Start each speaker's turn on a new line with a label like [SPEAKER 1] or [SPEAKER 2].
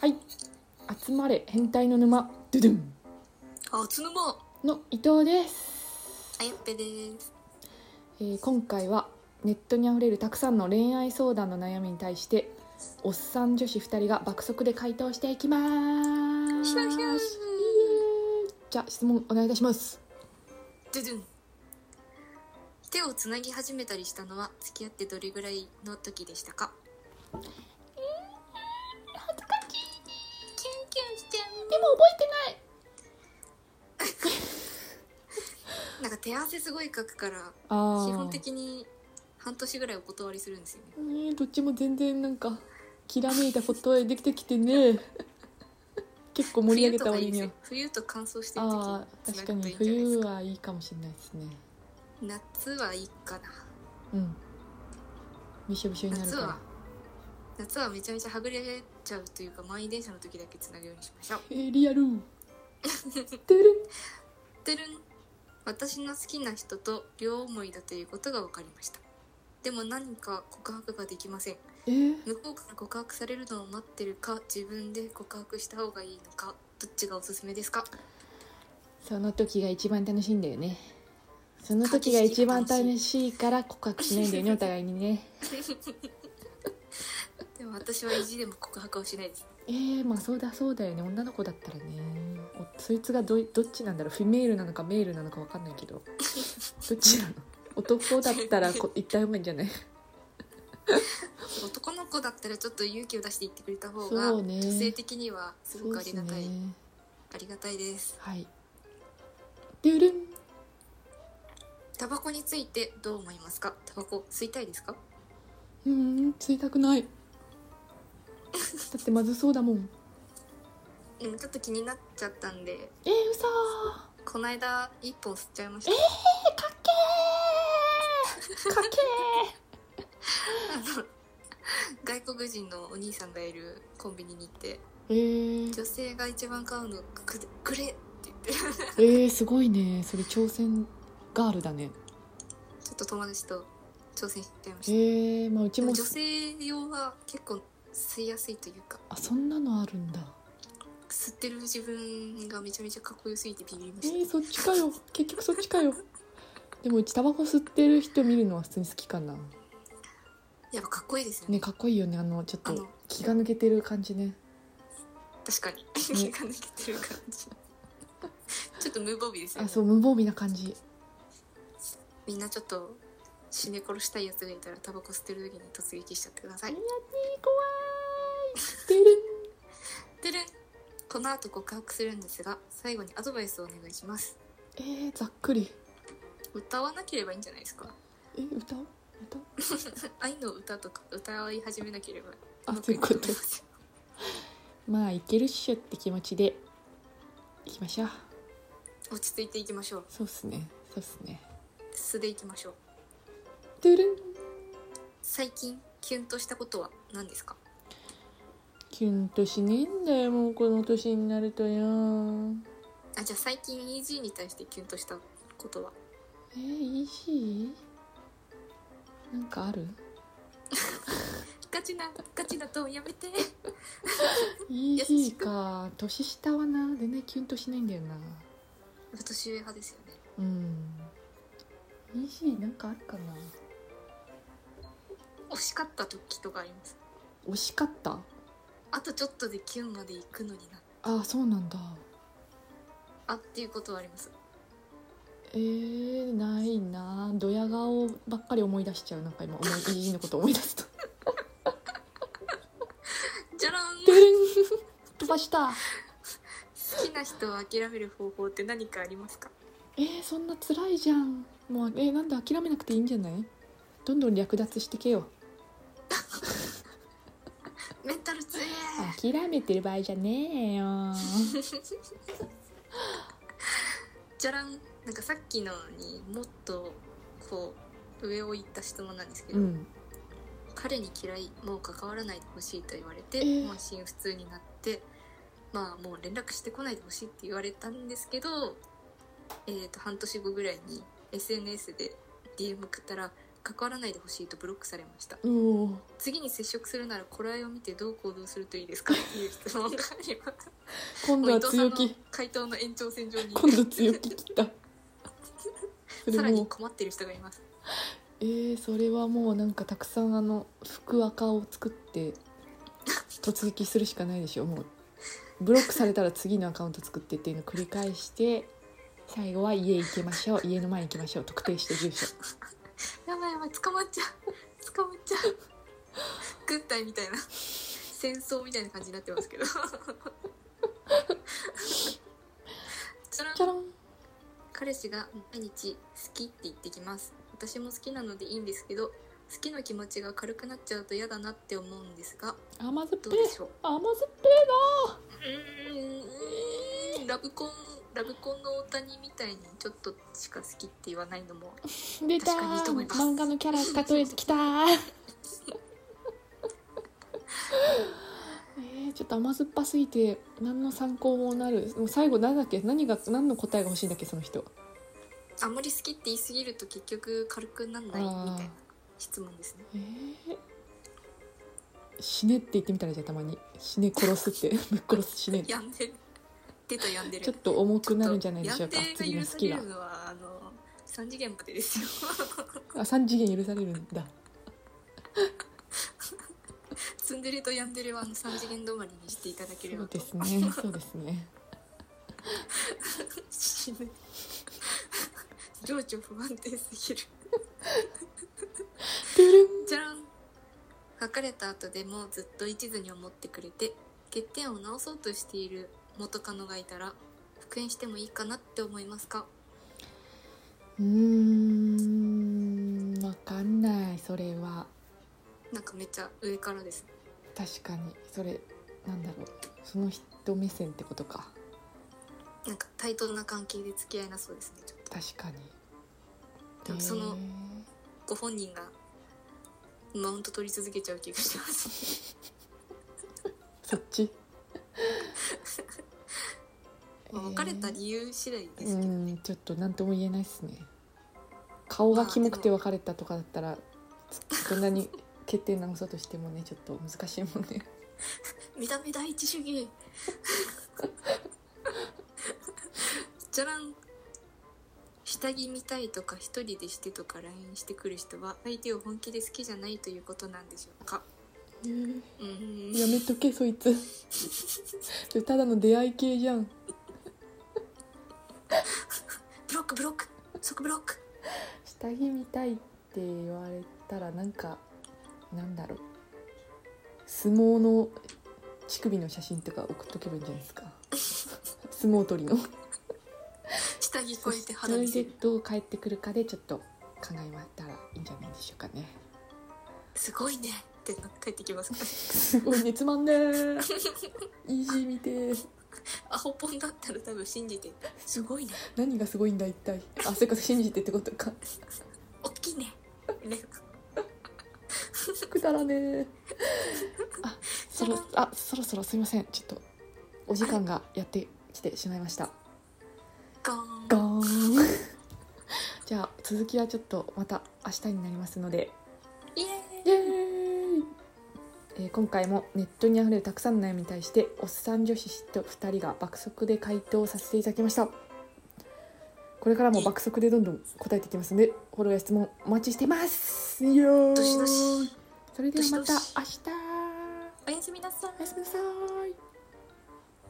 [SPEAKER 1] はい集まれ変態の沼ドゥドゥン
[SPEAKER 2] あつぬま
[SPEAKER 1] の伊藤です、
[SPEAKER 2] あゆっぺです
[SPEAKER 1] えー今回はネットにあふれるたくさんの恋愛相談の悩みに対しておっさん女子2人が爆速で回答していきます
[SPEAKER 2] ひゃひゃ
[SPEAKER 1] イエーイじゃあ質問お願いいたします
[SPEAKER 2] ドゥドゥン手をつなぎ始めたりしたのは付き合ってどれぐらいの時でしたか
[SPEAKER 1] 恥ずかしい
[SPEAKER 2] キュンキュンしちゃ
[SPEAKER 1] でも覚えてないう
[SPEAKER 2] なんか手汗すごいかくから
[SPEAKER 1] あ
[SPEAKER 2] 基
[SPEAKER 1] ー
[SPEAKER 2] 本的に半年ぐらいお断りするんですよね
[SPEAKER 1] ねえどっちも全然なんかきらめいたことできてきて ね結構盛り上げた割には
[SPEAKER 2] 冬とかいいですよ冬と乾燥してる
[SPEAKER 1] ああ
[SPEAKER 2] 時
[SPEAKER 1] 確か
[SPEAKER 2] 繋
[SPEAKER 1] に
[SPEAKER 2] ぐといい
[SPEAKER 1] 冬
[SPEAKER 2] んじゃないですか
[SPEAKER 1] はいいかもしれないですね
[SPEAKER 2] 夏はいいかな
[SPEAKER 1] うんびしょびしょになる
[SPEAKER 2] 夏
[SPEAKER 1] から
[SPEAKER 2] は夏はめちゃめちゃはぐれちゃうというか満員電車の時だけつなぐようにしましょう
[SPEAKER 1] えー、リア ルてるん
[SPEAKER 2] てるん私の好きな人と両思いだということが分かりましたでも何か告白ができません
[SPEAKER 1] えー
[SPEAKER 2] 向こうから告白されるのを待ってるか自分で告白した方がいいのかどっちがおすすめですか
[SPEAKER 1] その時が一番楽しいんだよねその時が一番楽しいから告白しないん だよねお互いにね
[SPEAKER 2] でも私は意地でも告白をしないです
[SPEAKER 1] えー、まあそうだそうだよね女の子だったらねおそいつがどいどっちなんだろうフィメールなのかメールなのかわかんないけ どどっちなの男だったらこ行った方がいいんじゃない
[SPEAKER 2] 男の子だったらちょっと勇気を出して言ってくれた方が
[SPEAKER 1] そうね
[SPEAKER 2] 女性的にはす
[SPEAKER 1] そ
[SPEAKER 2] ご
[SPEAKER 1] う
[SPEAKER 2] く
[SPEAKER 1] です
[SPEAKER 2] ありがたい、
[SPEAKER 1] ね
[SPEAKER 2] ありがたいです
[SPEAKER 1] はいドゥルン
[SPEAKER 2] タバコについてどう思いますかタバコ吸いたいですか
[SPEAKER 1] うーん吸いたくないだってまずそうだもん
[SPEAKER 2] うんちょっと気になっちゃったんで
[SPEAKER 1] えー、嘘
[SPEAKER 2] この間一本吸っちゃいました
[SPEAKER 1] えかっけーかっけ
[SPEAKER 2] 外国人のお兄さんがいるコンビニに行って
[SPEAKER 1] ーえー、
[SPEAKER 2] 女性が一番買うのくくれって言ってちょ
[SPEAKER 1] えー、すごいねそれ挑戦ガールだね
[SPEAKER 2] っと友達と挑戦しちゃいま
[SPEAKER 1] え
[SPEAKER 2] した
[SPEAKER 1] ー、まあうち
[SPEAKER 2] でも
[SPEAKER 1] も
[SPEAKER 2] 女性用は結構吸いやすいというか
[SPEAKER 1] あそんなのあるんだ
[SPEAKER 2] 吸ってる自分がめちゃめちゃかっこよすぎてビビりま
[SPEAKER 1] え
[SPEAKER 2] し
[SPEAKER 1] ー、そっちかよ結局そっちかよでもうちタバコ吸ってる人見るのは普通に好きかな
[SPEAKER 2] たやっぱかっこいいですよね
[SPEAKER 1] ねかっこいいよねあのちょっ
[SPEAKER 2] あ
[SPEAKER 1] と
[SPEAKER 2] の
[SPEAKER 1] 気が抜けてる感じね
[SPEAKER 2] 確かに 気が抜けてる感じちょっと無防備ですよ
[SPEAKER 1] あ
[SPEAKER 2] ね
[SPEAKER 1] そう無防備な感じ
[SPEAKER 2] みんなちょっと締め殺したいやつがいたらタバコ吸ってる時に突撃しちゃってください
[SPEAKER 1] 怖いてる
[SPEAKER 2] でるんこの後告白するんですが最後にアドバイスをお願いします
[SPEAKER 1] えー、ざっくり
[SPEAKER 2] 歌わなければいいんじゃないですか
[SPEAKER 1] え歌う歌う
[SPEAKER 2] 愛の歌とか歌い始めなければ
[SPEAKER 1] あ
[SPEAKER 2] まくいく思
[SPEAKER 1] そういう
[SPEAKER 2] ますよ
[SPEAKER 1] まあいけるっしょって気持ちでいきましょう
[SPEAKER 2] 落ち着いていきましょう
[SPEAKER 1] そうっすねそうっすね
[SPEAKER 2] 素でいきましょう
[SPEAKER 1] てるん
[SPEAKER 2] 最近キュンとしたことは何ですか
[SPEAKER 1] キュンとしねえんだよもうこの年になるとよ
[SPEAKER 2] あじゃあ最近 EG に対してキュンとしたことは
[SPEAKER 1] えー、いいしなんかある
[SPEAKER 2] ガチなガチだとやめて優し
[SPEAKER 1] EG
[SPEAKER 2] く
[SPEAKER 1] か年下はな全然キュンとしないんだよな
[SPEAKER 2] 年上派ですよね
[SPEAKER 1] うん EG なんかあるかな
[SPEAKER 2] 惜しかった時とかあります
[SPEAKER 1] 惜しかった
[SPEAKER 2] あとちょっとでキュンまで行くのにな
[SPEAKER 1] あそうなんだ
[SPEAKER 2] あっていうことはあります
[SPEAKER 1] えー、ないなドヤ顔ばっかり思い出しちゃうなんか今思 い EG のこと思い出すと
[SPEAKER 2] じゃらん
[SPEAKER 1] てるん飛ばした
[SPEAKER 2] 好きな人を諦める方法って何かありますか
[SPEAKER 1] えー、そんな辛いじゃんもうえー、なんだ諦めなくていいんじゃないどんどん略奪してけよ
[SPEAKER 2] メンタル強え
[SPEAKER 1] 諦めてる場合じゃねえよ
[SPEAKER 2] じゃらんなんかさっきのにもっとこう上を行った質問なんですけど、
[SPEAKER 1] うん
[SPEAKER 2] 彼に嫌いもう関わらないでほしいと言われて、
[SPEAKER 1] えー
[SPEAKER 2] まあ心不通になってまあもう連絡してこないでほしいって言われたんですけどえっ、と半年後ぐらいに SNS で DM 送ったら「関わらないでほしいとブロックされました
[SPEAKER 1] おお
[SPEAKER 2] 次に接触するならこれを見てどう行動するといいですかっていう質問があります
[SPEAKER 1] 今度
[SPEAKER 2] も
[SPEAKER 1] は
[SPEAKER 2] う伊藤さん
[SPEAKER 1] 強
[SPEAKER 2] の
[SPEAKER 1] 気
[SPEAKER 2] 回答の延長線上に
[SPEAKER 1] 今度強気きたそ
[SPEAKER 2] さら
[SPEAKER 1] れも
[SPEAKER 2] に
[SPEAKER 1] う
[SPEAKER 2] 困ってる人がいます
[SPEAKER 1] えー、それはもうなんかたくさんあの福赤を作って突撃するしかないでしょもうブロックされたら次のアカウント作ってっていうのを繰り返して最後は家行きましょう家の前行きましょう特定して住所
[SPEAKER 2] やばいやばい捕まっちゃう 捕まっちゃう軍隊みたいな戦争みたいな感じになってますけどちなみ
[SPEAKER 1] じ
[SPEAKER 2] に
[SPEAKER 1] ゃらん
[SPEAKER 2] 彼氏が毎日好きって言ってきます私も好きなのでいいんですけど好きの気持ちが軽くなっちゃうと嫌だなって思うんですが
[SPEAKER 1] 甘酸っ
[SPEAKER 2] どう
[SPEAKER 1] ぱい
[SPEAKER 2] でしょう
[SPEAKER 1] 甘酸っぱいな
[SPEAKER 2] うーんラブコンラブコンの大谷みたいにちょっとしか好きって言わないのも
[SPEAKER 1] 出た
[SPEAKER 2] 確かにいいと思います
[SPEAKER 1] 漫画のキャラ例えてきた えー、ちょっと甘酸っぱすぎて何の参考もなるもう最後何だっけ何が何の答えが欲しいんだっけその人
[SPEAKER 2] あんまり好きって言い過ぎると結局軽くなんないみたいな質問ですね
[SPEAKER 1] えー、死ねって言ってみたらいいじゃんたまに死ね殺すって ぶっ殺す死ね
[SPEAKER 2] やんでる出たやんでる
[SPEAKER 1] ちょっと重くなるんじゃないでしょうか
[SPEAKER 2] ちょっと
[SPEAKER 1] 次
[SPEAKER 2] やん
[SPEAKER 1] の好きが
[SPEAKER 2] でが許されるのはあの三次元までですよ
[SPEAKER 1] あ3次元許されるんだ
[SPEAKER 2] ツンデレとヤンデレはあの三次元止まりにしていただけれ
[SPEAKER 1] そ
[SPEAKER 2] ば
[SPEAKER 1] う
[SPEAKER 2] と
[SPEAKER 1] ですねそうですね
[SPEAKER 2] 死ぬ 情緒不安定すぎる
[SPEAKER 1] トゥルン
[SPEAKER 2] じゃん別れた後でもずっと一途に思ってくれて欠点を直そうとしている元カノがいたら復縁してもいいかなって思いますか
[SPEAKER 1] うーんわかんないそれは
[SPEAKER 2] なんかめっちゃ上からです
[SPEAKER 1] 確かにそれなんだろうその人目線ってことか
[SPEAKER 2] なんか対等な関係で付き合いなそうですねちょっ
[SPEAKER 1] 確かに
[SPEAKER 2] でも
[SPEAKER 1] えー
[SPEAKER 2] そのとご本人がマウント取り続けちゃう気がします
[SPEAKER 1] そっち
[SPEAKER 2] まあ別れた理由次第ですけど、
[SPEAKER 1] うーんちょっと何とも言えないですね顔がキモくて別れたとかだったらそんなに欠点直そうとしてもねちょっと難しいもんね
[SPEAKER 2] 見た目第一主義 じゃらん下着見たいとか一人でしてとか LINE してくる人は相手を本気で好きじゃないということなんでしょうかうーん
[SPEAKER 1] やめとけそいつそれただの出会い系じゃん
[SPEAKER 2] ブロックブロック即ブロック
[SPEAKER 1] 下着見たいって言われたらなんかなんだろう相撲の乳首の写真とか送っとけばいいんじゃないですか相撲取りの
[SPEAKER 2] 下着
[SPEAKER 1] そ
[SPEAKER 2] 超えて肌見
[SPEAKER 1] そ
[SPEAKER 2] せ
[SPEAKER 1] れで
[SPEAKER 2] る
[SPEAKER 1] どう帰ってくるかでちょっと考えましたらいいんじゃないでしょうかね
[SPEAKER 2] すごいねって帰ってきますから
[SPEAKER 1] すごいねつまんねー イージー見てー
[SPEAKER 2] アホポンだったら多分信じてすごいね
[SPEAKER 1] 何がすごいんだ一体あそういうこと信じてってことか
[SPEAKER 2] 大きいねね
[SPEAKER 1] くだらねーあそろあそろそろすいませんちょっとお時間がやってきてしまいました
[SPEAKER 2] ガーン
[SPEAKER 1] ゴーン じゃあ続きはちょっとまた明日になりますので
[SPEAKER 2] イエ
[SPEAKER 1] イエーイえー今回もネットにあふれるたくさんの悩みに対しておっさん女子と2人が爆速で回答させていただきましたこれからも爆速でどんどん答えていきますのでフォローや質問お待ちしてますイエーイ
[SPEAKER 2] ーイどしどし
[SPEAKER 1] それではまた明日
[SPEAKER 2] どしどしおやすみなさい
[SPEAKER 1] おやすみなさい